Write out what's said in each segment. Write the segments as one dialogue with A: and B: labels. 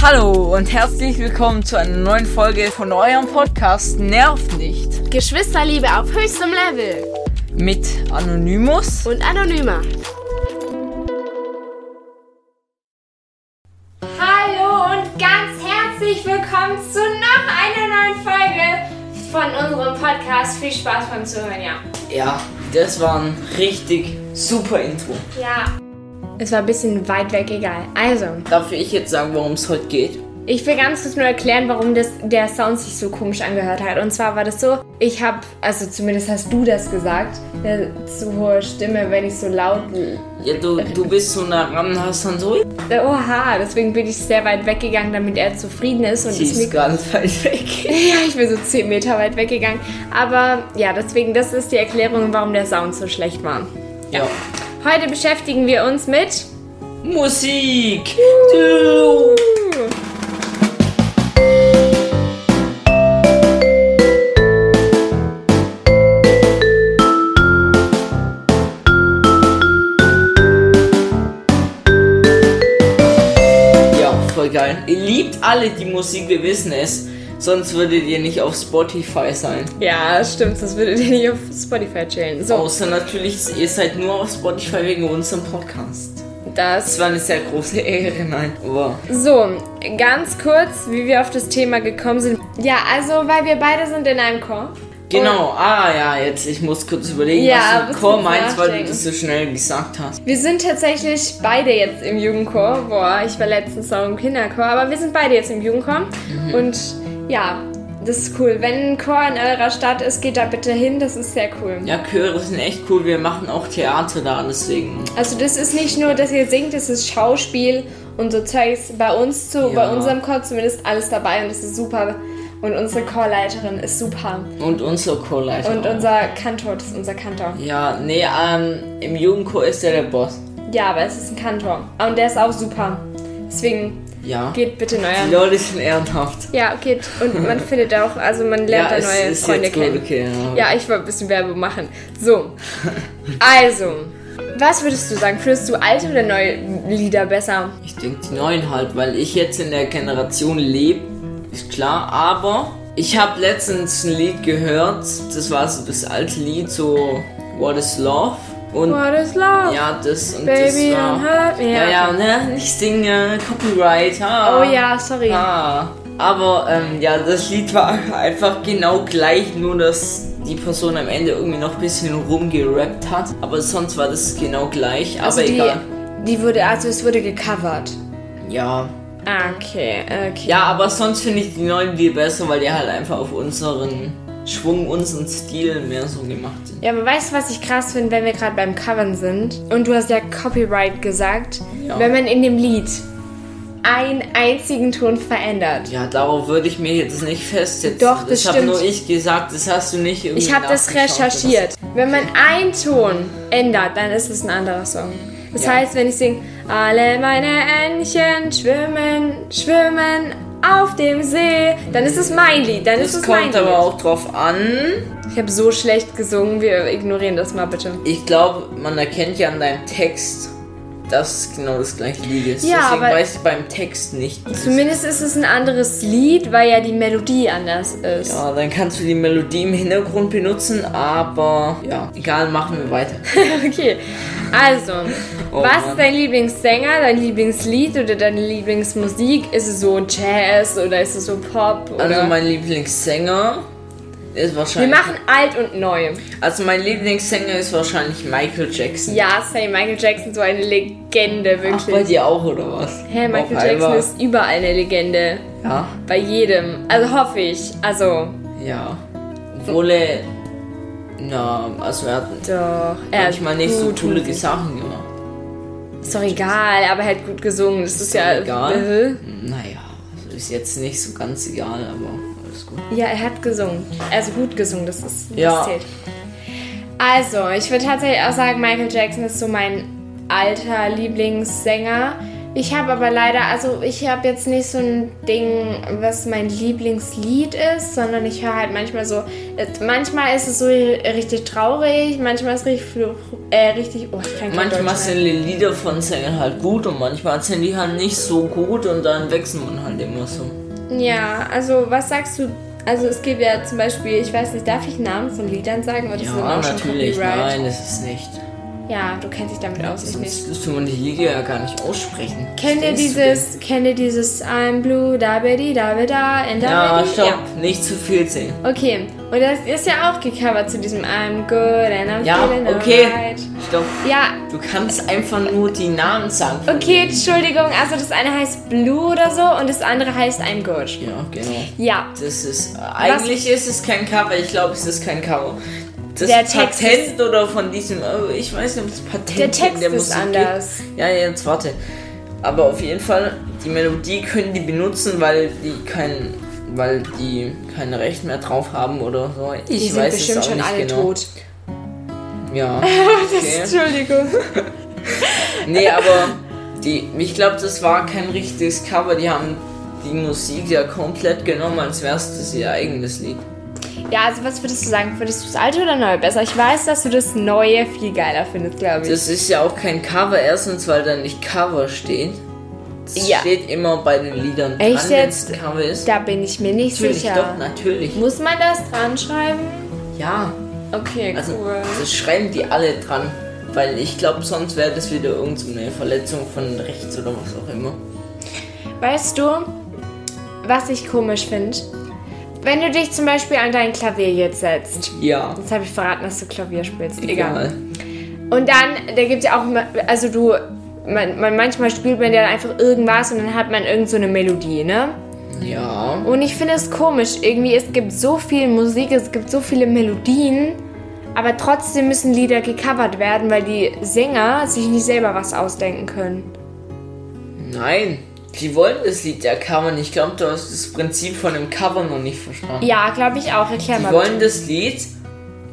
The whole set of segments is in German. A: Hallo und herzlich willkommen zu einer neuen Folge von eurem Podcast Nerv nicht
B: Geschwisterliebe auf höchstem Level
A: mit Anonymous.
B: und anonymer.
C: Hallo und ganz herzlich willkommen zu noch einer neuen Folge von unserem Podcast. Viel Spaß beim Zuhören, ja.
A: Ja, das war ein richtig super Intro.
C: Ja.
B: Es war ein bisschen weit weg, egal. Also,
A: Darf ich jetzt sagen, worum es heute geht?
B: ich will ganz kurz nur erklären, warum das, der Sound sich so komisch angehört hat. Und zwar war das so, ich habe, also zumindest hast du das gesagt, eine zu hohe Stimme, wenn ich so laut...
A: Ja, du, du bist so nah ran, hast dann so.
B: Äh, Oha, deswegen bin ich sehr weit weggegangen, damit er zufrieden ist. Und
A: Sie
B: das
A: ist
B: Mikro
A: ganz weit weg.
B: ja, ich bin so 10 Meter weit weggegangen. Aber ja, deswegen, das ist die Erklärung, warum der Sound so schlecht war.
A: Ja.
B: Heute beschäftigen wir uns mit...
A: Musik! Ja, voll geil. Ihr liebt alle die Musik, wir wissen es. Sonst würdet ihr nicht auf Spotify sein.
B: Ja, stimmt, das würdet ihr nicht auf Spotify chillen. So,
A: Außer natürlich, ihr seid nur auf Spotify wegen unserem Podcast.
B: das.
A: Das war eine sehr große Ehre, nein. Aber
B: So, ganz kurz, wie wir auf das Thema gekommen sind. Ja, also, weil wir beide sind in einem Chor.
A: genau, ah ja, jetzt, ich muss kurz überlegen, was
B: Ja, musst
A: du Chor
B: du
A: meinst, weil du
B: nachdenken.
A: das so schnell gesagt hast.
B: Wir sind tatsächlich beide jetzt im Jugendchor. Boah, ich war letztens auch im Kinderchor, aber wir sind beide jetzt im Jugendchor.
A: Mhm.
B: Und ja, das ist cool. Wenn ein Chor in eurer Stadt ist, geht da bitte hin, das ist sehr cool.
A: Ja, Chöre sind echt cool, wir machen auch Theater da, deswegen.
B: Also das ist nicht nur, dass ihr singt, das ist Schauspiel und so Zeugs. Bei uns zu, bei unserem Chor zumindest alles dabei und das ist super. Und unsere Chorleiterin ist super.
A: Und unser Chorleiter.
B: Und
A: auch.
B: unser Kantor, das ist unser Kantor.
A: Ja, nee, ähm, im Jugendchor ist er der Boss.
B: Ja, aber es ist ein Kantor. Und der ist auch super. Deswegen
A: Ja.
B: geht bitte
A: Die
B: neuer.
A: Leute sind ehrenhaft.
B: Ja, geht. Und man findet auch, also man lernt da
A: es
B: neue
A: ist
B: Freunde
A: jetzt gut,
B: kennen.
A: okay, ja.
B: Ja, ich wollte ein bisschen Werbung machen. So. Also. Was würdest du sagen? Findest du alte oder neue Lieder besser?
A: Ich denke die neuen halt, weil ich jetzt in der Generation lebe, ist klar, aber ich habe letztens ein Lied gehört, das war so das alte Lied, so What is Love? Und
B: What is love?
A: ja, das und
B: Baby,
A: das war.
B: don't hurt me.
A: ja, ja, ne? Ich singe Copyright. Ha.
B: Oh ja, sorry.
A: Ah, aber ähm, ja, das Lied war einfach genau gleich, nur dass die Person am Ende irgendwie noch ein bisschen rumgerappt hat. Aber sonst war das genau gleich, aber
B: also die,
A: egal.
B: die wurde, also es wurde gecovert. Ah,
A: Ja.
B: Okay, okay.
A: Ja, aber sonst finde ich die neuen viel besser, weil die halt einfach auf unseren Schwung, unseren Stil mehr so gemacht sind.
B: Ja, aber weißt du, was ich krass finde, wenn wir gerade beim Covern sind? Und du hast ja Copyright gesagt.
A: Ja.
B: Wenn man in dem Lied einen einzigen Ton verändert.
A: Ja, darauf würde ich mir jetzt nicht festsetzen.
B: Doch, das
A: habe
B: stimmt.
A: nur ich gesagt, das hast du nicht irgendwie
B: Ich habe das
A: nachgeschaut oder so.
B: recherchiert. Wenn man einen Ton ändert, dann ist es ein anderer Song. Das
A: Ja.
B: heißt, wenn ich singe, alle meine Entchen schwimmen, schwimmen auf dem See, dann ist es mein Lied, dann ist
A: Das
B: es mein
A: kommt
B: Lied.
A: aber auch drauf an.
B: Ich habe so schlecht gesungen, wir ignorieren das mal bitte.
A: Ich glaube, man erkennt ja an deinem Text, dass es genau das gleiche Lied ist.
B: Ja,
A: Deswegen
B: aber-
A: weiß ich beim Text nicht. wie es
B: Zumindest ist es ein anderes Lied, weil ja die Melodie anders ist.
A: ist. Ja, dann kannst du die Melodie im Hintergrund benutzen, aber ja, egal, machen wir weiter.
B: Okay, also,
A: Oh
B: was
A: Mann.
B: ist dein Lieblingssänger, dein Lieblingslied oder deine Lieblingsmusik? Ist es so Jazz oder ist es so Pop? Oder?
A: Also mein Lieblingssänger ist
B: Wir
A: wahrscheinlich.
B: machen alt und neu.
A: Also mein Lieblingssänger ist wahrscheinlich Michael Jackson.
B: Ja, sei Michael Jackson so eine Legende,
A: Ach, bei
B: wirklich.
A: dir auch oder was?
B: Hä, Michael
A: Auf
B: Jackson
A: einmal.
B: ist überall eine Legende.
A: Ja,
B: Bei jedem. Also hoffe ich. Also,
A: ja. Obwohl er, na, also er hat
B: doch. Er hat
A: manchmal nicht so
B: gut
A: coole
B: Musik.
A: Sachen gemacht.
B: Ist doch egal, aber er hat gut gesungen. Das ist,
A: doch
B: ja.
A: egal.
B: Äh,
A: Naja, also ist jetzt nicht so ganz egal, aber alles gut.
B: Ja, er hat gesungen. Also gut gesungen, das ist das
A: Ja.
B: zählt. Also, ich würde tatsächlich auch sagen, Michael Jackson ist so mein alter Lieblingssänger. Ich habe aber leider, also ich habe jetzt nicht so ein Ding, was mein Lieblingslied ist, sondern ich höre halt manchmal so, äh, manchmal ist es so richtig traurig, manchmal ist es richtig, fluch, äh, richtig, oh, ich kann kein
A: Manchmal
B: Deutsch
A: sind
B: mehr.
A: die Lieder von Sängern halt gut und manchmal sind die halt nicht so gut und dann wechselt man halt immer so.
B: Ja, also was sagst du, also es gibt ja zum Beispiel, ich weiß nicht, darf ich Namen von Liedern sagen? Oder das ist
A: Ja,
B: dann auch schon
A: natürlich,
B: Copyright?
A: nein, das ist nicht.
B: Ja, du kennst dich damit aus, ich nicht.
A: Sonst dürfte man die Lieder ja gar nicht aussprechen.
B: Kennt ihr
A: Denkst du
B: dieses, kennt ihr dieses I'm blue, da bedi, da beda, and
A: denn?
B: da
A: Ja,
B: bedi?
A: stopp, nicht zu viel singen.
B: Okay, und das ist ja auch gecovert zu diesem I'm good and I'm
A: Ja,
B: feeling
A: okay,
B: alright.
A: stopp.
B: Ja,
A: Du kannst einfach nur die Namen sagen. von
B: okay, Entschuldigung, also das eine heißt Blue oder so und das andere heißt I'm good.
A: denen. Ja, genau.
B: Ja,
A: Das ist. äh, Eigentlich ist es kein Cover. Ich glaube, es ist kein Cover. Das
B: Der
A: Patent
B: Text
A: oder von diesem. äh, Ich weiß nicht, ob es Patent
B: Der Text
A: in der
B: ist
A: Musik
B: anders.
A: Gibt. Ja, ja, jetzt warte. Aber auf jeden Fall, die Melodie können die benutzen, weil die kein. Weil die kein Recht mehr drauf haben oder so. Ich
B: die sind
A: weiß
B: bestimmt
A: es auch
B: schon
A: nicht
B: alle
A: genau.
B: tot.
A: Ja. Okay.
B: Entschuldigung.
A: nee, aber die, ich glaube, das war kein richtiges Cover. Die haben die Musik ja komplett genommen, als wäre es ihr eigenes Lied.
B: Ja, also was würdest du sagen? Würdest du das alte oder neue besser? Ich weiß, dass du das neue viel geiler findest, glaube ich.
A: Das ist ja auch kein Cover, erstens, weil da nicht Cover steht. Das
B: Ja.
A: steht immer bei den Liedern
B: Echt
A: dran, wenn
B: jetzt?
A: es ein Cover ist.
B: Da bin ich mir nicht
A: natürlich, doch,
B: sicher.
A: natürlich.
B: Muss man das dran schreiben?
A: Ja,
B: Okay,
A: also
B: cool.
A: das schreiben die alle dran. Weil ich glaube, sonst wäre das wieder irgendeine Verletzung von rechts oder was auch immer.
B: Weißt du, was ich komisch finde? Wenn du dich zum Beispiel an dein Klavier jetzt setzt.
A: Ja,
B: Jetzt habe ich verraten, dass du Klavier spielst.
A: egal.
B: Und dann, da gibt es ja auch, ma- also du, man, man, manchmal spielt man ja einfach irgendwas und dann hat man irgend so eine Melodie, ne?
A: Ja,
B: Und ich finde es komisch, irgendwie, es gibt so viel Musik, es gibt so viele Melodien, aber trotzdem müssen Lieder gecovert werden, weil die Sänger sich nicht selber was ausdenken können.
A: nein. Die wollen das Lied ja covern. Ich glaube, du hast das Prinzip von dem Cover noch nicht verstanden.
B: Ja, glaube ich auch, erklär
A: Die
B: mal.
A: wollen
B: bitte.
A: das Lied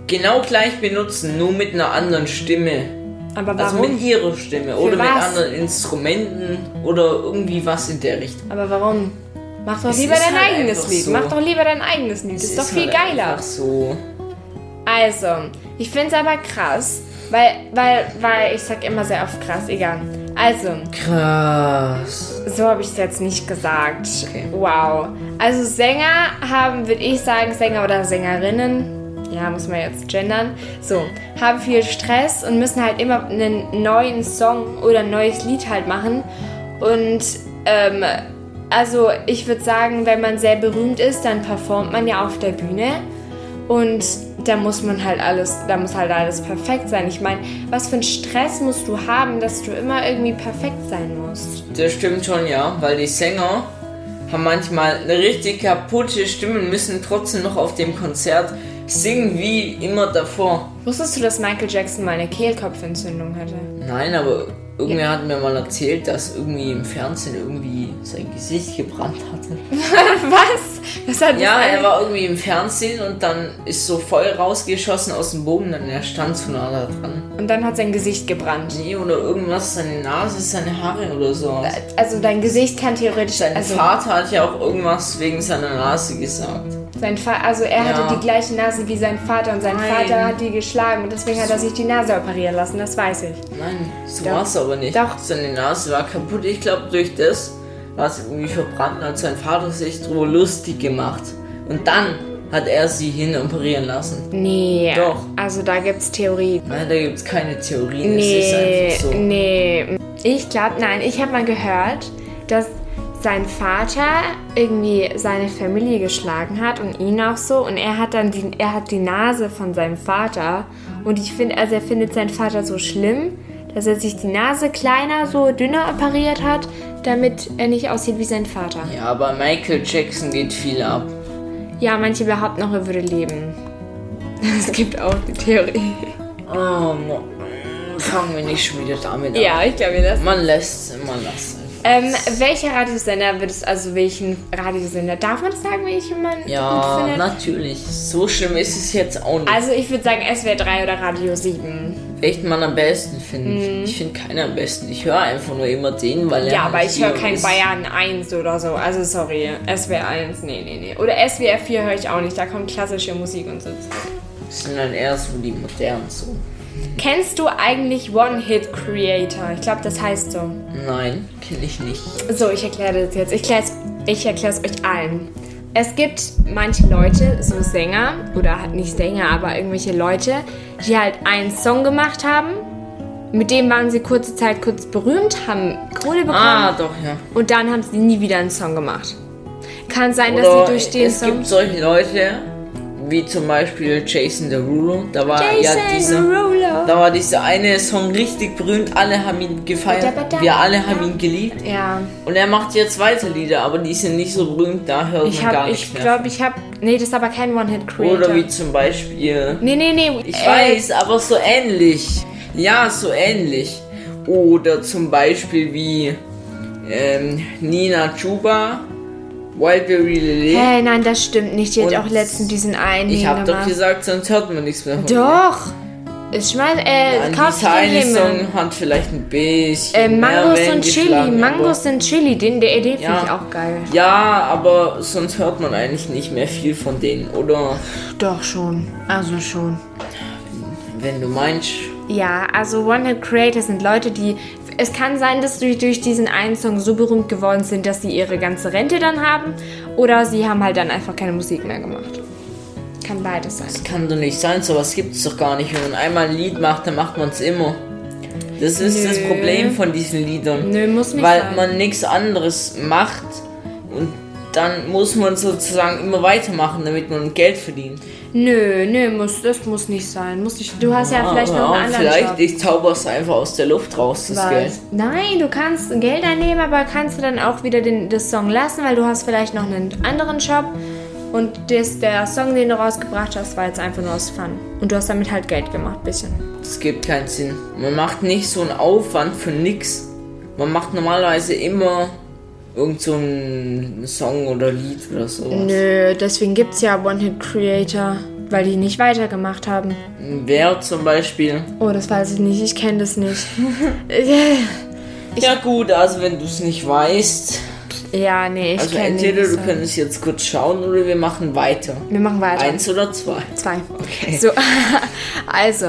A: genau gleich benutzen, nur mit einer anderen Stimme.
B: Aber
A: Also
B: warum?
A: mit ihrer Stimme oder mit
B: was?
A: anderen Instrumenten oder irgendwie was in der Richtung.
B: Aber warum? Mach doch
A: Es
B: lieber
A: ist
B: dein
A: halt
B: eigenes
A: einfach
B: Lied.
A: so.
B: Mach doch lieber dein eigenes Lied.
A: Es
B: ist doch viel
A: halt
B: geiler.
A: einfach so.
B: Also, ich find's aber krass, weil, weil, weil ich sag immer sehr oft krass, egal. Also,
A: Krass.
B: so habe ich es jetzt nicht gesagt.
A: Okay.
B: Wow. Also Sänger haben, würde ich sagen, Sänger oder Sängerinnen, ja, muss man jetzt gendern, so, haben viel Stress und müssen halt immer einen neuen Song oder ein neues Lied halt machen. Und ähm, also ich würde sagen, wenn man sehr berühmt ist, dann performt man ja auf der Bühne. Und da muss man halt alles, da muss halt alles perfekt sein. Ich meine, was für einen Stress musst du haben, dass du immer irgendwie perfekt sein musst?
A: Das stimmt schon, ja, weil die Sänger haben manchmal eine richtig kaputte Stimme und müssen trotzdem noch auf dem Konzert singen wie immer davor.
B: Wusstest du, dass Michael Jackson mal eine Kehlkopfentzündung hatte?
A: Nein, aber irgendwer hat mir mal erzählt, dass irgendwie im Fernsehen irgendwie sein Gesicht gebrannt hatte.
B: Was? Das hat
A: Ja,
B: das
A: er
B: eine-
A: war irgendwie im Fernsehen und dann ist so voll rausgeschossen aus dem Bogen, dann er stand zu nah da dran.
B: Und dann hat sein Gesicht gebrannt.
A: Nee, oder irgendwas, seine Nase, seine Haare oder so.
B: Also dein Gesicht kann theoretisch...
A: Sein
B: also,
A: Vater hat ja auch irgendwas wegen seiner Nase gesagt.
B: sein Fa also er
A: Ja.
B: hatte die gleiche Nase wie sein Vater und sein
A: Nein.
B: Vater hat die geschlagen und deswegen hat er sich die Nase operieren lassen, das weiß ich.
A: Nein, so
B: Doch.
A: war es aber nicht.
B: Doch.
A: Seine Nase war kaputt. Ich glaube, durch das war es irgendwie verbrannt und hat sein Vater sich drüber lustig gemacht. Und dann hat er sie hin operieren lassen.
B: Nee.
A: Doch.
B: Also da gibt's Theorien.
A: Nein, da gibt es keine Theorien.
B: Nee,
A: es ist einfach so.
B: nee. Ich glaube, nein, ich habe mal gehört, dass sein Vater irgendwie seine Familie geschlagen hat und ihn auch so und er hat dann die, er hat die Nase von seinem Vater und ich finde, also er findet seinen Vater so schlimm, dass er sich die Nase kleiner, so dünner operiert hat, damit er nicht aussieht wie sein Vater.
A: Ja, aber Michael Jackson geht viel ab.
B: Ja, manche behaupten auch, er würde leben. Es gibt auch die Theorie.
A: Oh, Mann. fangen wir nicht schon wieder damit an.
B: ich glaube, wir lassen
A: Man lässt man lässt einfach.
B: Ähm, welcher Radiosender wird es, also welchen Radiosender? Darf man das sagen, welchen man gut
A: Ja,
B: findet?
A: natürlich. So schlimm ist es jetzt auch nicht.
B: Also ich würde sagen SWR 3 oder Radio 7.
A: echt Mann am besten finde. Ich finde keinen am besten. Ich höre einfach nur immer den, weil er
B: Ja, aber
A: halt
B: ich höre
A: hier
B: kein
A: ist.
B: Bayern 1 oder so. Also sorry, SWR 1, nee, nee, nee. Oder SWR 4 höre ich auch nicht, da kommt klassische Musik und so.
A: Das sind dann eher so die modernen so.
B: Kennst du eigentlich One-Hit-Creator? Ich glaube, das heißt so.
A: Nein, kenne ich nicht.
B: So, ich erkläre das jetzt. Ich erkläre es ich erklär's euch allen. Es gibt manche Leute, so Sänger, oder halt nicht Sänger, aber irgendwelche Leute, die halt einen Song gemacht haben. Mit dem waren sie kurze Zeit kurz berühmt, haben Kohle bekommen
A: Ah, doch, ja.
B: und dann haben sie nie wieder einen Song gemacht. Kann sein, dass
A: Oder
B: sie durch den
A: es
B: Song.
A: gibt solche Leute, wie zum Beispiel Jason Derulo. Da war Ah, ja dieser.
B: Derulo.
A: Da war dieser eine Song richtig berühmt, alle haben ihn gefeiert, wir alle haben ihn geliebt.
B: Ja,
A: Und er macht jetzt weiter Lieder, aber die sind nicht so berühmt, da hört
B: ich
A: man gar
B: hab,
A: nicht
B: ich
A: mehr.
B: glaube, ich hab, nee, das ist aber kein One-Hit-Creator.
A: Oder wie zum Beispiel.
B: Nee, nee, nee.
A: Ich weiß, aber so ähnlich. Ja, so ähnlich. Oder zum Beispiel wie ähm, Nina Chuba, Wildberry Lily.
B: Hey, Äh, nein, das stimmt nicht. Die hat
A: Und
B: auch letztens diesen einen
A: Ich habe
B: Ding
A: doch
B: gemacht.
A: gesagt, sonst hört man nichts mehr von mir.
B: Doch. Ich meine, äh,
A: An
B: kauf
A: dieser
B: den
A: eine
B: Himmel.
A: Song hat vielleicht ein bisschen.
B: Äh, Mangos
A: mehr
B: und
A: Wellen
B: Chili.
A: geschlagen, aber-
B: Mangos und Chili, den, der Idee finde ich
A: Ja.
B: auch geil.
A: Ja, aber sonst hört man eigentlich nicht mehr viel von denen, oder?
B: Doch schon. Also schon.
A: Wenn du meinst.
B: Ja, also One-Hit-Creators sind Leute, die. Es kann sein, dass sie durch diesen einen Song so berühmt geworden sind, dass sie ihre ganze Rente dann haben. Oder sie haben halt dann einfach keine Musik mehr gemacht. Kann beides sein.
A: Das kann doch nicht sein, sowas gibt es doch gar nicht. Wenn man einmal ein Lied macht, dann macht man es immer. Das ist das
B: Nö.
A: Problem von diesen Liedern.
B: Nö, muss nicht
A: Weil
B: sein.
A: man nichts anderes macht und dann muss man sozusagen immer weitermachen, damit man Geld verdient.
B: Nö, nö, muss, das muss nicht sein. Muss nicht, du hast ja,
A: Ah,
B: vielleicht noch
A: ja,
B: einen anderen
A: Vielleicht,
B: Job.
A: ich zauber es einfach aus der Luft raus, das
B: Was?
A: Geld.
B: Nein, du kannst Geld annehmen, aber kannst du dann auch wieder den das Song lassen, weil du hast vielleicht noch einen anderen Job und das, der Song, den du rausgebracht hast, war jetzt einfach nur aus Fun. Und du hast damit halt Geld gemacht, bisschen.
A: Es gibt keinen Sinn. Man macht nicht so einen Aufwand für nix. Man macht normalerweise immer irgend so einen Song oder Lied oder sowas.
B: Nö, deswegen gibt's ja One-Hit-Creator, weil die nicht weitergemacht haben.
A: Wer zum Beispiel.
B: Oh, das weiß ich nicht, ich kenne das nicht.
A: ja gut, also wenn du es nicht weißt.
B: ja, nee, ich
A: Also
B: kenne
A: entweder du
B: nicht.
A: könntest jetzt kurz schauen oder wir machen weiter.
B: Wir machen weiter.
A: Eins oder zwei.
B: Zwei. So, also,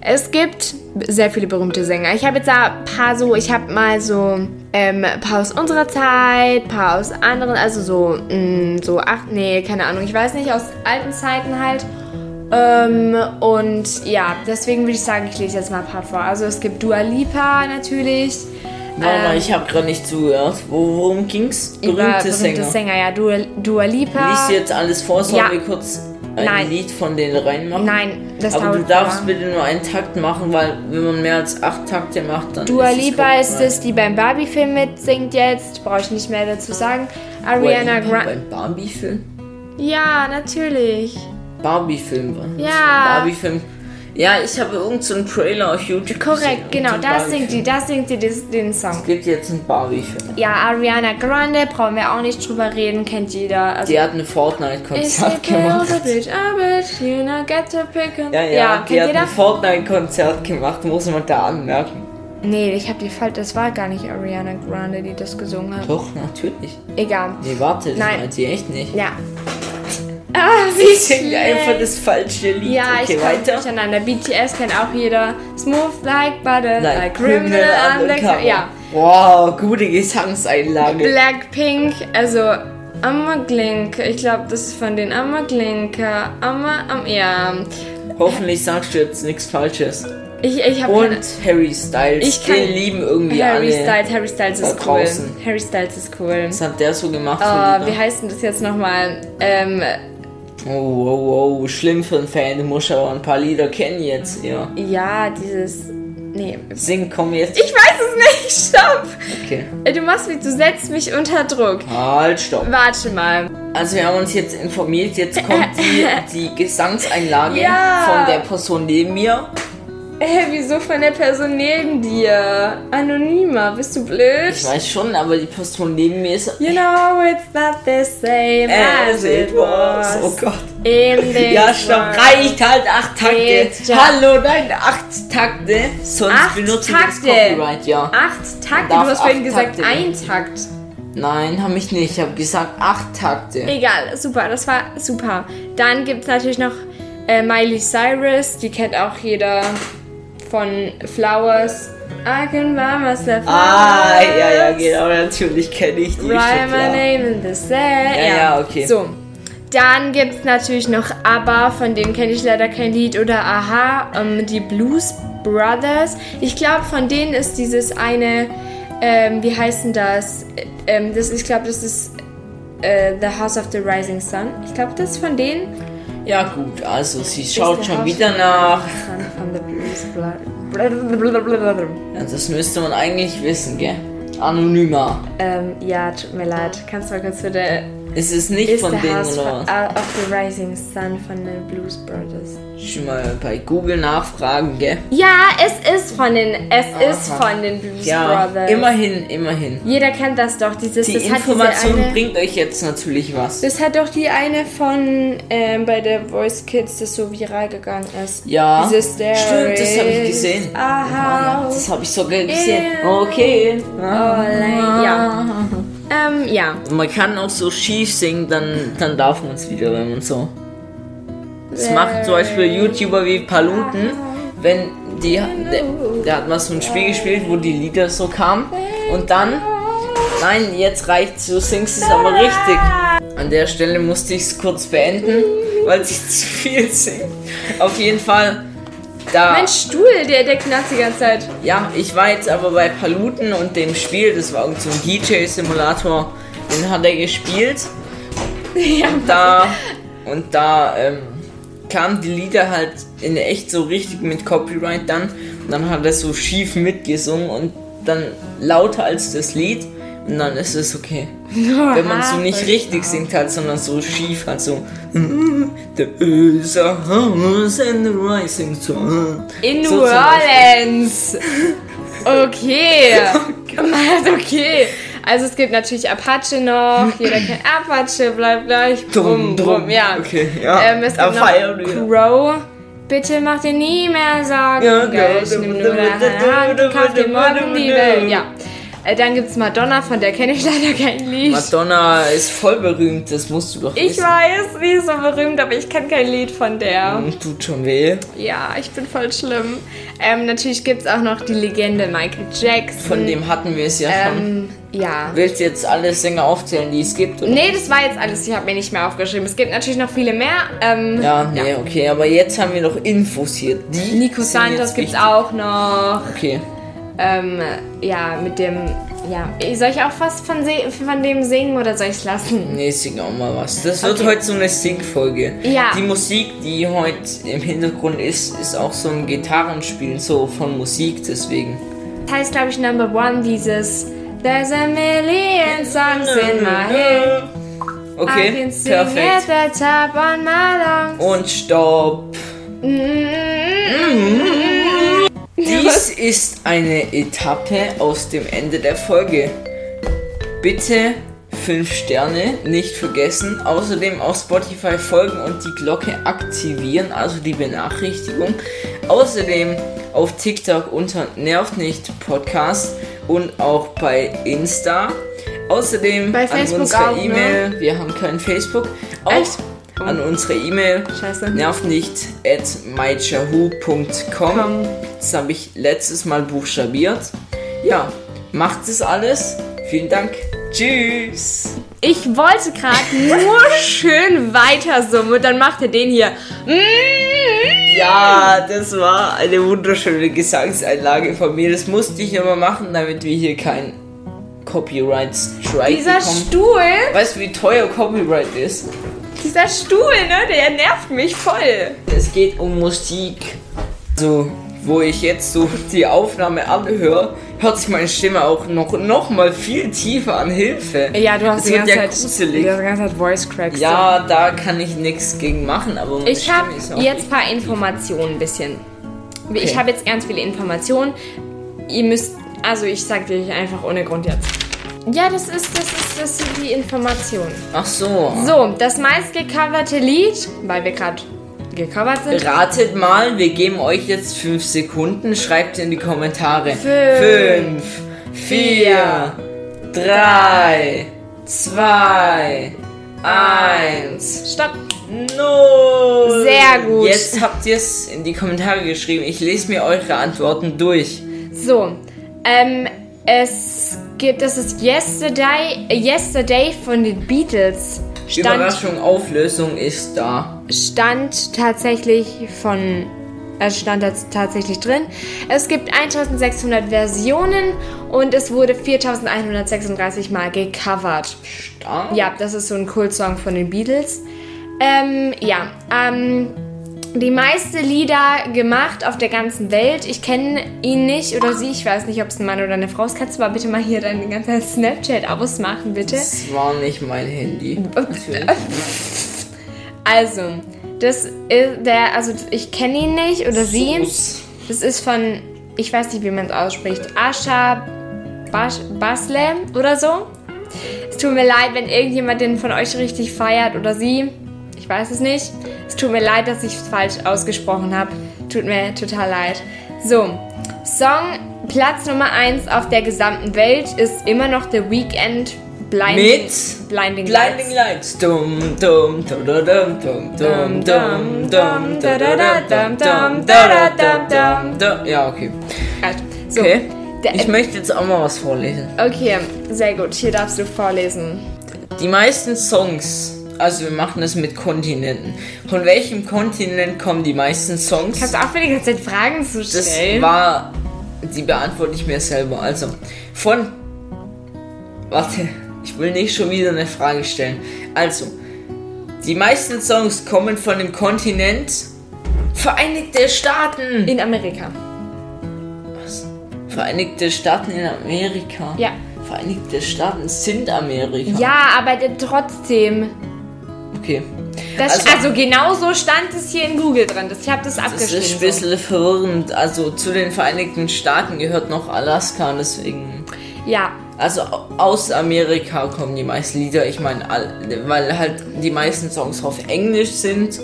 B: es gibt sehr viele berühmte Sänger. Ich habe jetzt da ein paar so, ich habe mal so ähm, ein paar aus unserer Zeit, ein paar aus anderen, also so, mh, so acht, nee, keine Ahnung, ich weiß nicht, aus alten Zeiten halt. Ähm, und ja, deswegen würde ich sagen, ich lese jetzt mal ein paar vor. Also es gibt Dua Lipa natürlich.
A: Warte mal, ich habe gerade nicht zugehört. Wo- Worum ging's? Berühmte,
B: Ähm, über
A: Sänger.
B: Sänger, ja, Dua, Dua Lipa.
A: Liest du jetzt alles vor, sollen
B: Ja.
A: wir kurz ein
B: Nein.
A: Lied von denen reinmachen?
B: Nein, das
A: Aber
B: dauert
A: du darfst
B: lang.
A: bitte nur einen Takt machen, weil wenn man mehr als acht Takte macht, dann
B: Dua
A: ist es
B: Lipa
A: komisch,
B: ist
A: weil-
B: es, die beim Barbie-Film mitsingt jetzt. Brauche ich nicht mehr dazu sagen.
A: Dua
B: Ariana
A: Lipa
B: Grande.
A: Beim Barbie-Film?
B: Ja, natürlich.
A: Barbie-Film war das.
B: Ja.
A: Barbie-Film. Ja, ich habe irgendeinen so einen Trailer auf YouTube
B: Korrekt,
A: gesehen,
B: genau.
A: irgendeinen
B: Da singt
A: Barbie-Film.
B: die, da singt die des, den Song.
A: Es gibt jetzt einen Barbie-Film.
B: Ja, Ariana Grande, brauchen wir auch nicht drüber reden, kennt jeder. Also,
A: Die hat ein
B: Is it
A: Fortnite-Konzert
B: girl,
A: gemacht.
B: the bitch, I bet you not get to pick and-
A: Ja, ja, die
B: kennt
A: hat
B: jeder?
A: ein Fortnite-Konzert gemacht, muss man da anmerken.
B: Nee, ich hab die falsch. Das war gar nicht Ariana Grande, die das gesungen hat.
A: Doch, natürlich.
B: Egal.
A: Nee, warte, das
B: Nein.
A: meint sie echt nicht.
B: Ja. Ah, wie
A: Singt einfach das falsche Lied.
B: Ja,
A: okay,
B: ich komme
A: weiter.
B: durcheinander. BTS kennt auch jeder. Smooth like butter, like,
A: Like
B: criminal
A: Undercover.
B: undercover. Ja.
A: Wow, gute Gesangseinlage.
B: Blackpink, also Amaglinke. Ich glaube, das ist von den Amaglinke. Amma, am, ja.
A: Hoffentlich sagst du jetzt nichts Falsches.
B: Ich, ich habe
A: Und Harry Styles.
B: Ich kann-
A: Den lieben irgendwie
B: Harry
A: alle.
B: Styles, Harry Styles
A: da
B: ist cool.
A: draußen.
B: Harry Styles ist cool.
A: Was hat der so gemacht? für
B: Oh, wie
A: Lieder?
B: heißt denn das jetzt nochmal? Ähm,
A: oh, oh, oh, schlimm für einen Fan. Du musst aber ein paar Lieder kennen jetzt. Ja.
B: ja, dieses. Nee.
A: Sing, komm jetzt.
B: Ich weiß es nicht, stopp! Äh,
A: Okay.
B: Du machst mich, du setzt mich unter Druck.
A: Halt, stopp.
B: Warte mal.
A: Also wir haben uns jetzt informiert, jetzt kommt die, die Gesangseinlage
B: Ja.
A: von der Person neben mir.
B: Hä, wieso von der Person neben dir? Anonymer, bist du blöd?
A: Ich weiß schon, aber die Person neben mir ist.
B: You know it's not the same
A: Äh,
B: as, it was.
A: Oh Gott.
B: In this
A: Ja, stopp,
B: world.
A: reicht halt acht Takte.
B: Geht's ja.
A: Hallo, nein, acht Takte. Sonst
B: Acht
A: benutze ich das
B: Takte.
A: Copyright, ja.
B: Acht Takte,
A: Darf
B: du hast vorhin
A: acht
B: gesagt
A: Takte
B: ein Takt.
A: Nein, habe ich nicht. Ich habe gesagt acht Takte.
B: Egal, super, das war super. Dann gibt es natürlich noch äh, Miley Cyrus, die kennt auch jeder von Flowers. I can buy myself
A: Ah, ja, ja,
B: flowers.
A: genau, natürlich kenne ich die.
B: Write
A: Schon
B: my
A: klar.
B: name in the sand.
A: Ja, ja, okay.
B: So. Dann gibt es natürlich noch ABBA, von denen kenne ich leider kein Lied, oder Aha, ähm, die Blues Brothers. Ich glaube, von denen ist dieses eine, ähm, wie heißt denn das? Äh, Ähm, das ich glaube, das ist äh, The House of the Rising Sun. Ich glaube, das ist von denen.
A: Ja, gut, also sie
B: Ist
A: schaut
B: The
A: schon
B: House of
A: wieder
B: the
A: nach.
B: Rising Sun Von The Blues Brothers.
A: Ja, das müsste man eigentlich wissen, gell? Anonymer.
B: ähm, ja, tut mir leid. Kannst du mal kurz bitte
A: Ist es nicht
B: Ist
A: von
B: der
A: denen
B: House
A: oder
B: von,
A: was?
B: uh, of the Rising Sun von den Blues Brothers.
A: Schon mal bei Google nachfragen, gell?
B: Ja, es ist von den, es ist
A: Aha.
B: von den Blues
A: Ja,
B: Brothers.
A: immerhin, immerhin.
B: Jeder kennt das doch. Dieses,
A: Die
B: das
A: Information
B: hat diese eine,
A: bringt euch jetzt natürlich was.
B: Das hat doch die eine von ähm, bei der Voice Kids, das so viral gegangen ist.
A: Ja,
B: Dieses There
A: stimmt, das habe ich
B: is
A: gesehen.
B: a
A: Ja,
B: house.
A: das habe ich sogar gesehen.
B: in-
A: Okay.
B: Online. Oh, Ja.
A: Ah.
B: Ähm, ja.
A: Man kann auch so schief singen, dann, dann darf man es wieder, wenn man so. Das macht zum Beispiel YouTuber wie Paluten, wenn die. Der, der hat mal so ein Spiel gespielt, wo die Lieder so kamen. Und dann. Nein, jetzt reicht's, du singst es aber richtig. An der Stelle musste ich es kurz beenden, weil ich zu viel singe. Auf jeden Fall. Da,
B: Mein Stuhl, der, der knarrt die ganze Zeit.
A: ja, ich war jetzt aber bei Paluten und dem Spiel, das war irgend so ein DJ-Simulator, den hat er gespielt.
B: ja.
A: Da und da ähm, kamen die Lieder halt in echt so richtig mit Copyright dann. Und dann hat er so schief mitgesungen und dann lauter als das Lied. Und dann ist es okay. Wenn man so nicht richtig singt halt, sondern so schief halt so. The is a house and the rising sun.
B: In New
A: So zum
B: Orleans. Okay. Mann,
A: genau.
B: okay. Also es gibt natürlich Apache noch, jeder kennt Apache, bleibt gleich.
A: Drum, drum.
B: ja.
A: Okay, ja.
B: Ähm, es gibt
A: Ah, feiern wir.
B: noch Crow. Bitte mach dir nie mehr Sorgen,
A: Ja, genau.
B: Girl. Ich
A: ja,
B: nehm nur deine Hand, kauf dir morgen die Welt. Ja. Äh, Dann gibt's Madonna, von der kenne ich leider kein Lied.
A: Madonna ist voll berühmt, das musst du doch
B: Ich
A: wissen.
B: weiß, sie ist so berühmt, aber ich kenne kein Lied von der.
A: Und Tut schon weh.
B: Ja, ich bin voll schlimm. Ähm, natürlich gibt es auch noch die Legende Michael Jackson.
A: Von dem hatten wir es ja schon.
B: Mhm. Ähm, ja.
A: Willst du jetzt alle Sänger aufzählen, die es gibt? Oder?
B: Nee, das war jetzt alles. Ich habe mir nicht mehr aufgeschrieben. Es gibt natürlich noch viele mehr. Ähm,
A: Ja, nee, okay, aber jetzt haben wir noch Infos hier. Die
B: Nico
A: sind
B: Santos
A: jetzt
B: gibt's
A: wichtig.
B: auch noch.
A: Okay.
B: Ähm, ja, mit dem. Ja. Soll ich auch was von, se- von dem singen oder soll ich es lassen?
A: Nee, sing auch mal was. Das wird
B: Okay.
A: heute so eine Sing-Folge.
B: Ja.
A: Die Musik, die heute im Hintergrund ist, ist auch so ein Gitarrenspielen so von Musik, deswegen.
B: Das heißt, glaube ich, Number One, dieses. There's a million songs in my head. I
A: Okay,
B: can sing at
A: perfekt.
B: the top on my lungs.
A: Und stopp.
B: Mhm.
A: Dies ist eine Etappe aus dem Ende der Folge. Bitte 5 Sterne nicht vergessen. Außerdem auf Spotify folgen und die Glocke aktivieren, also die Benachrichtigung. Außerdem auf TikTok unter Nervt nicht Podcast und auch bei Insta. Außerdem
B: Bei
A: an
B: Facebook
A: unsere
B: auch, ne?
A: E-Mail. Wir haben kein Facebook. Auch
B: Echt?
A: an unsere E-Mail
B: Scheiße.
A: nervt nicht at myjahu.com.
B: Komm.
A: Das habe ich letztes Mal buchstabiert. Ja, macht es alles. Vielen Dank. Tschüss.
B: Ich wollte gerade nur schön weitersummen und dann macht er den hier.
A: Ja, das war eine wunderschöne Gesangseinlage von mir. Das musste ich immer machen, damit wir hier keinen Copyright Strike
B: Dieser
A: bekommen.
B: Stuhl,
A: Weißt du, wie teuer Copyright ist?
B: dieser Stuhl, ne, der nervt mich voll.
A: Es geht um Musik. Also, wo ich jetzt so die Aufnahme anhöre, hört sich meine Stimme auch noch, noch mal viel tiefer an Hilfe. Es wird ja gruselig.
B: ganze Zeit Voice Cracks.
A: Ja, da kann ich nichts gegen machen, aber meine
B: Ich habe
A: Stimme ist auch
B: jetzt ein paar Informationen ein bisschen. Ich habe jetzt ganz viele Informationen. Ihr müsst, also ich sag dir einfach ohne Grund jetzt. Ja, das ist, das ist, das sind die Informationen.
A: Ach so.
B: So, das meistgecoverte Lied, weil wir gerade gecovert sind.
A: Ratet mal, wir geben euch jetzt 5 Sekunden. Schreibt in die Kommentare.
B: Fünf,
A: 4, 3, 2, 1,
B: Stopp.
A: 0.
B: Sehr gut.
A: Jetzt habt ihr es in die Kommentare geschrieben. Ich lese mir eure Antworten durch.
B: So, ähm, es gibt, das ist Yesterday, Yesterday von den Beatles. Stand,
A: Überraschung, Auflösung ist da.
B: stand tatsächlich von, äh, stand das tatsächlich drin. Es gibt 1600 Versionen und es wurde 4136 Mal gecovert.
A: Da?
B: Ja, das ist so ein Kultsong von den Beatles. Ähm, ja, ähm, die meisten Lieder gemacht auf der ganzen Welt. Ich kenne ihn nicht oder sie. Ich weiß nicht, ob es ein Mann oder eine Frau ist. Kannst du mal bitte mal hier deinen ganzen Snapchat ausmachen, bitte?
A: Das war nicht mein Handy.
B: Also, das ist der, also ich kenne ihn nicht oder sie.
A: Sus.
B: Das ist von, ich weiß nicht, wie man es ausspricht, Asha Bas Basle oder so. Es tut mir leid, wenn irgendjemand den von euch richtig feiert oder sie. Ich weiß es nicht. Es tut mir leid, dass ich es falsch ausgesprochen habe. Tut mir total leid. So, Song Platz Nummer 1 auf der gesamten Welt ist immer noch The Weekend Blinding,
A: Mit
B: Blinding,
A: Blinding
B: Lights.
A: Lights. Dum, dum, dum, dum, dum, dum, dum, dum, dum, dum, dum, dum, dum, dum. Ja, okay.
B: So,
A: Okay.
B: der,
A: Ich möchte jetzt auch mal was vorlesen.
B: okay, sehr gut. Hier darfst du vorlesen.
A: Die meisten Songs, also wir machen es mit Kontinenten. Von welchem Kontinent kommen die meisten Songs?
B: Kannst du auch für die ganze Zeit Fragen zu
A: Das
B: stellen?
A: war. Die beantworte ich mir selber. Also, von. Warte, ich will nicht schon wieder eine Frage stellen. Also, die meisten Songs kommen von dem Kontinent Vereinigte Staaten.
B: in Amerika.
A: Was? Vereinigte Staaten in Amerika.
B: Ja.
A: Vereinigte Staaten sind Amerika.
B: Ja, aber d- trotzdem.
A: Okay.
B: Das,
A: Also-
B: also, genau so stand es hier in Google drin. Das, ich habe das
A: Das
B: abgeschrieben.
A: ist ein bisschen verwirrend. Also zu den Vereinigten Staaten gehört noch Alaska und deswegen.
B: so. Ja,
A: Also au- aus Amerika kommen die meisten Lieder. Ich meine, all- weil halt die meisten Songs auf Englisch sind.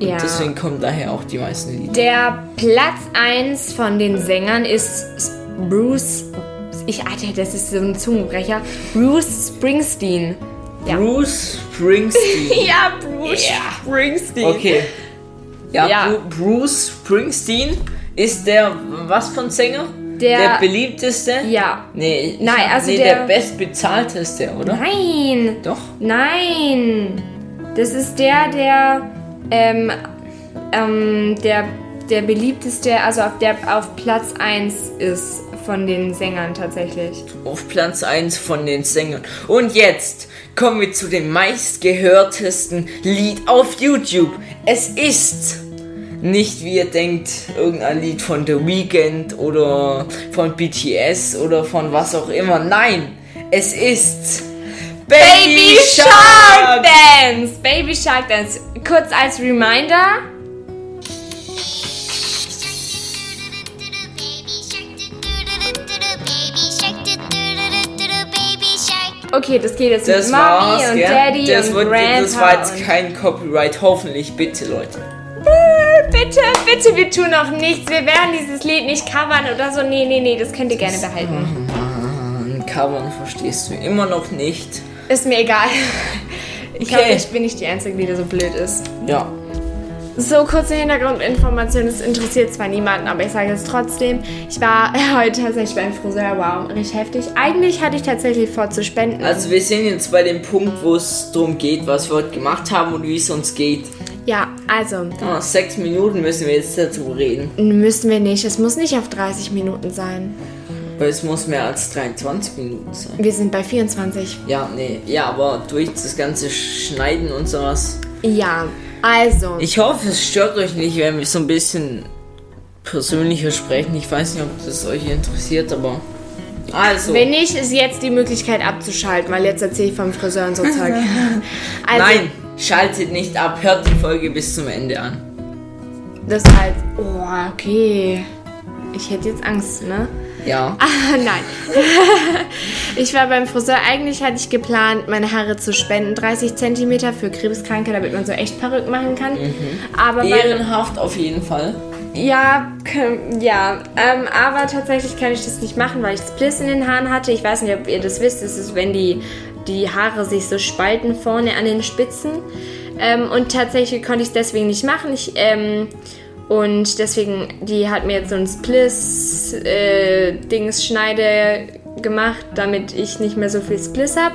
A: Und
B: Ja.
A: deswegen kommen daher auch die meisten Lieder.
B: der Platz 1 von den Sängern ist Bruce. Ich Alter, das ist so ein Zungenbrecher. Bruce Springsteen. Ja.
A: Bruce Springsteen.
B: Ja, Bruce
A: Ja.
B: Springsteen.
A: Okay. Ja,
B: Ja.
A: Bru- Bruce Springsteen ist der was von Sänger?
B: Der-
A: beliebteste?
B: Ja.
A: Nee, ich
B: Nein,
A: hab-
B: also
A: nee,
B: der-
A: bestbezahlteste, oder?
B: Nein.
A: Doch.
B: Nein! Das ist der, der, ähm, ähm, der, der beliebteste, also auf, der, auf Platz 1 ist von den Sängern tatsächlich.
A: auf Platz 1 von den Sängern. Und jetzt kommen wir zu dem meistgehörtesten Lied auf YouTube. Es ist nicht, wie ihr denkt, irgendein Lied von The Weeknd oder von BTS oder von was auch immer. Nein, es ist
B: Baby Shark Dance! Baby Shark Dance. Kurz als Reminder. Okay, das geht jetzt
A: Das
B: mit Mommy
A: war's,
B: und
A: gell?
B: Daddy
A: das,
B: und
A: wird,
B: Grandpa.
A: das war jetzt
B: und-
A: kein Copyright, hoffentlich, bitte Leute.
B: Bitte, bitte, wir tun auch nichts. Wir werden dieses Lied nicht covern oder so. Nee, nee, nee, das könnt ihr gerne behalten.
A: Ein Covern verstehst du immer noch nicht.
B: Ist mir egal. Ich
A: Okay.
B: glaube, ich bin nicht die Einzige, die da so blöd ist.
A: Ja,
B: So, kurze Hintergrundinformation. Es interessiert zwar niemanden, aber ich sage es trotzdem. Ich war heute tatsächlich beim Friseur. Wow, richtig heftig. Eigentlich hatte ich tatsächlich vor zu spenden.
A: Also wir sind jetzt bei dem Punkt, wo es darum geht, was wir heute gemacht haben und wie es uns geht.
B: ja, also,
A: Ah, sechs Minuten müssen wir jetzt dazu reden,
B: müssen wir nicht. Es muss nicht auf 30 Minuten sein.
A: weil es muss mehr als 23 Minuten sein.
B: Wir sind bei 24.
A: Ja, nee, ja, aber durch das ganze Schneiden und sowas.
B: Ja, also.
A: Ich hoffe, es stört euch nicht, wenn wir so ein bisschen persönlicher sprechen. Ich weiß nicht, ob das euch interessiert, aber... Also,
B: Wenn nicht, ist jetzt die Möglichkeit abzuschalten, weil jetzt erzähle ich vom Friseur und so Zeug. Also,
A: nein, schaltet nicht ab, hört die Folge bis zum Ende an.
B: das als, oh, okay. Ich hätte jetzt Angst, ne?
A: Ja.
B: Ah, nein. ich war beim Friseur. Eigentlich hatte ich geplant, meine Haare zu spenden. 30 cm für Krebskranke, damit man so echt Perücken machen kann. Aber weil-
A: Ehrenhaft auf jeden Fall.
B: ja, kö- ja. Ähm, aber tatsächlich kann ich das nicht machen, weil ich Spliss in den Haaren hatte. Ich weiß nicht, ob ihr das wisst. Es ist, wenn die, die Haare sich so spalten vorne an den Spitzen. Ähm, und tatsächlich konnte ich es deswegen nicht machen. Ich, ähm, und deswegen, die hat mir jetzt so ein Spliss-Dings-Schneide gemacht, damit ich nicht mehr so viel Spliss habe.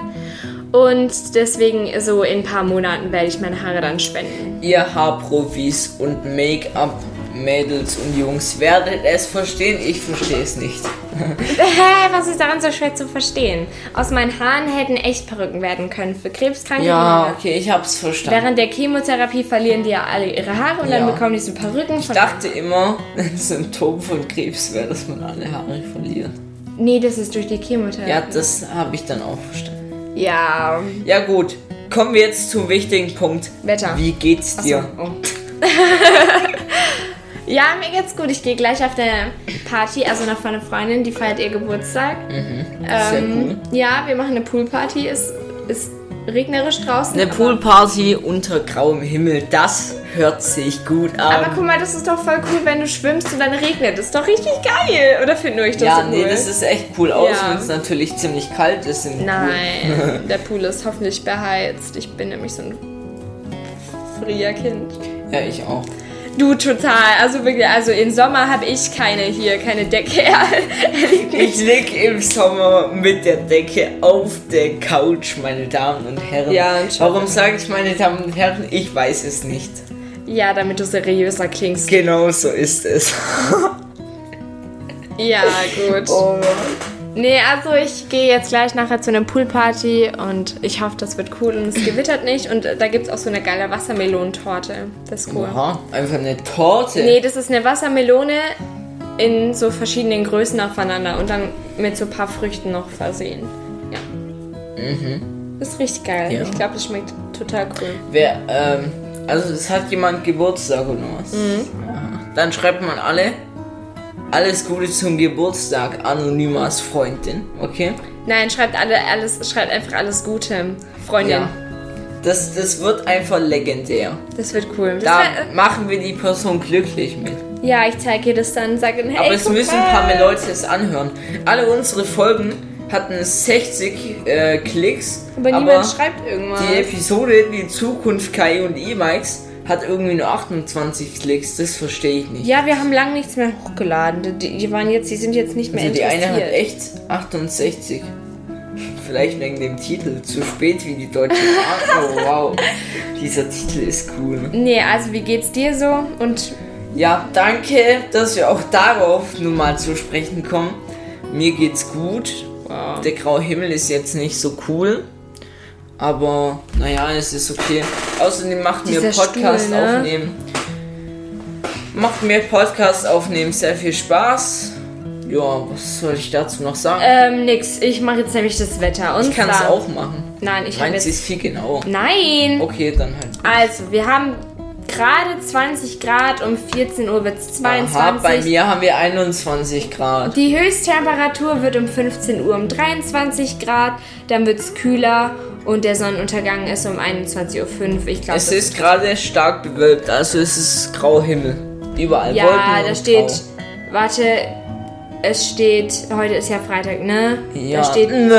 B: Und deswegen, so in ein paar Monaten werde ich meine Haare dann spenden.
A: Ihr Haarprofis und Make-up-Mädels und Jungs werdet es verstehen. Ich verstehe es nicht.
B: Hä, was ist daran so schwer zu verstehen? Aus meinen Haaren hätten echt Perücken werden können für krebskranke
A: Ja,
B: Kinder.
A: okay, ich hab's verstanden.
B: Während der Chemotherapie verlieren die ja alle ihre Haare und dann
A: Ja.
B: bekommen die so Perücken. Von
A: Ich dachte immer, ein Symptom von Krebs wäre, dass man alle Haare verliert.
B: nee, das ist durch die Chemotherapie.
A: Ja, das habe ich dann auch verstanden.
B: Ja,
A: Ja gut, kommen wir jetzt zum wichtigen Punkt.
B: Wetter.
A: Wie geht's
B: Achso,
A: dir?
B: Oh. ja, mir geht's gut. Ich gehe gleich auf eine Party, also noch von einer Freundin, die feiert ihr Geburtstag.
A: Mhm. Sehr
B: ähm,
A: cool.
B: Ja, wir machen eine Poolparty. Es ist regnerisch draußen.
A: Eine
B: aber-
A: Poolparty unter grauem Himmel, das hört sich gut an.
B: Aber guck mal, das ist doch voll cool, wenn du schwimmst und dann regnet. Das ist doch richtig geil. Oder finden nur ich das
A: ja,
B: so cool?
A: nee, das ist echt cool aus,
B: Ja.
A: wenn es natürlich ziemlich kalt ist im Pool.
B: Nein, der Pool ist hoffentlich beheizt. Ich bin nämlich so ein Frierkind.
A: Ja, ich auch.
B: Du total. Also wirklich, also im Sommer habe ich keine hier, keine Decke.
A: Ich lieg im Sommer mit der Decke auf der Couch, meine Damen und Herren.
B: Ja, und schon-
A: Warum sage ich meine Damen und Herren? Ich weiß es nicht.
B: ja, damit du seriöser klingst.
A: Genau so ist es.
B: Ja, gut.
A: Oh.
B: Nee, also ich gehe jetzt gleich nachher zu einer Poolparty und ich hoffe, das wird cool und es gewittert nicht. Und äh, da gibt es auch so eine geile Wassermelonentorte. Das ist cool.
A: Aha, einfach eine Torte.
B: Nee, das ist eine Wassermelone in so verschiedenen Größen aufeinander und dann mit so ein paar Früchten noch versehen. Ja. Mhm. Das ist richtig geil.
A: Mhm. Ja.
B: Ich glaube, das schmeckt total cool.
A: Wer, ähm, also es hat jemand Geburtstag oder was?
B: Mhm.
A: Aha. Dann schreibt man alle alles Gute zum Geburtstag, anonym als Freundin, okay?
B: Nein, schreibt alle alles, schreibt einfach alles Gute, Freundin.
A: Das, das wird einfach legendär.
B: Das wird cool. Das
A: Da
B: wär-
A: machen wir die Person glücklich mit.
B: ja, ich zeige dir das dann, sag ihnen, hey,
A: Aber es
B: guck
A: müssen ein
B: mal.
A: paar mehr Leute es anhören. Alle unsere Folgen hatten 60 äh, Klicks.
B: Aber niemand schreibt irgendwas.
A: Die Episode Die Zukunft Kai und E-Mikes hat irgendwie nur 28 Klicks. Das verstehe ich nicht.
B: ja, wir haben lange nichts mehr hochgeladen. Die, die waren jetzt, die sind jetzt nicht mehr
A: Also die eine
B: interessiert.
A: hat echt 68. Vielleicht wegen dem Titel. Zu spät wie die deutsche Sprache. Oh, wow. Dieser Titel ist cool.
B: Nee, also wie geht's dir so? Und
A: Ja, danke, dass wir auch darauf nun mal zu sprechen kommen. Mir geht's gut.
B: Wow.
A: Der graue Himmel ist jetzt nicht so cool. Aber naja, es ist okay. Außerdem macht mir
B: Dieser
A: Podcast
B: Stuhl, ne?
A: aufnehmen. Macht mir Podcast aufnehmen sehr viel Spaß. Ja, was soll ich dazu noch sagen?
B: ähm, nix. Ich mache jetzt nämlich das Wetter. Und
A: Ich kann es
B: zwar-
A: auch machen.
B: Nein, ich habe
A: Meins
B: jetzt.
A: ist viel genauer.
B: Nein!
A: Okay, dann halt.
B: Also, wir haben gerade 20 Grad, um 14 Uhr wird es
A: Aha,
B: 22.
A: bei mir haben wir 21 Grad.
B: Die Höchsttemperatur wird um 15 Uhr um 23 Grad, dann wird es kühler und der Sonnenuntergang ist um 21.05 Uhr. Ich glaube,
A: Es ist gerade stark bewölkt, also es ist grauer Himmel. Überall
B: Ja,
A: Wolken und
B: da steht.
A: Grau.
B: Warte, es steht. Heute ist ja Freitag, ne?
A: Ja.
B: Da steht.
A: Nö.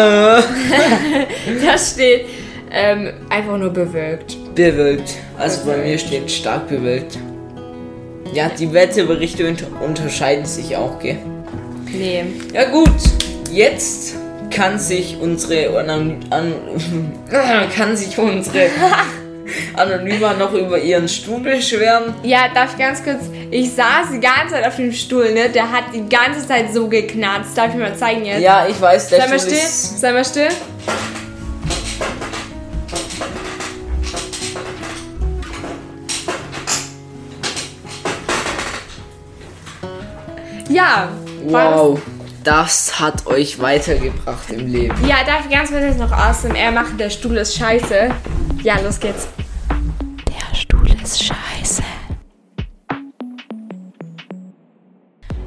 B: Da steht ähm, einfach nur bewölkt.
A: Bewölkt. Also bei mir steht stark bewölkt. Ja, die Wetterberichte unter- unterscheiden sich auch, gell?
B: Nee.
A: Ja gut, jetzt kann sich unsere an, an, kann sich unsere Anonyma noch über ihren Stuhl beschweren.
B: Ja, darf ich ganz kurz. Ich saß die ganze Zeit auf dem Stuhl, ne? Der hat die ganze Zeit so geknarzt. Darf ich mal zeigen jetzt?
A: Ja, ich weiß, der
B: Sei mal
A: Stuhl
B: still.
A: ist
B: Sei mal still. Ja. war das-
A: Wow, das hat euch weitergebracht im Leben.
B: Ja, darf ich ganz kurz jetzt noch aus dem R machen? Der Stuhl ist scheiße. Ja, los geht's.
D: Der Stuhl ist scheiße.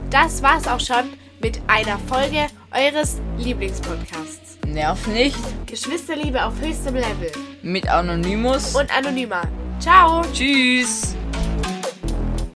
B: das war's auch schon mit einer Folge eures Lieblingspodcasts.
A: Nerv nicht.
B: Geschwisterliebe auf höchstem Level
A: Mit Anonymous.
B: und anonymer. Ciao!
A: Tschüss.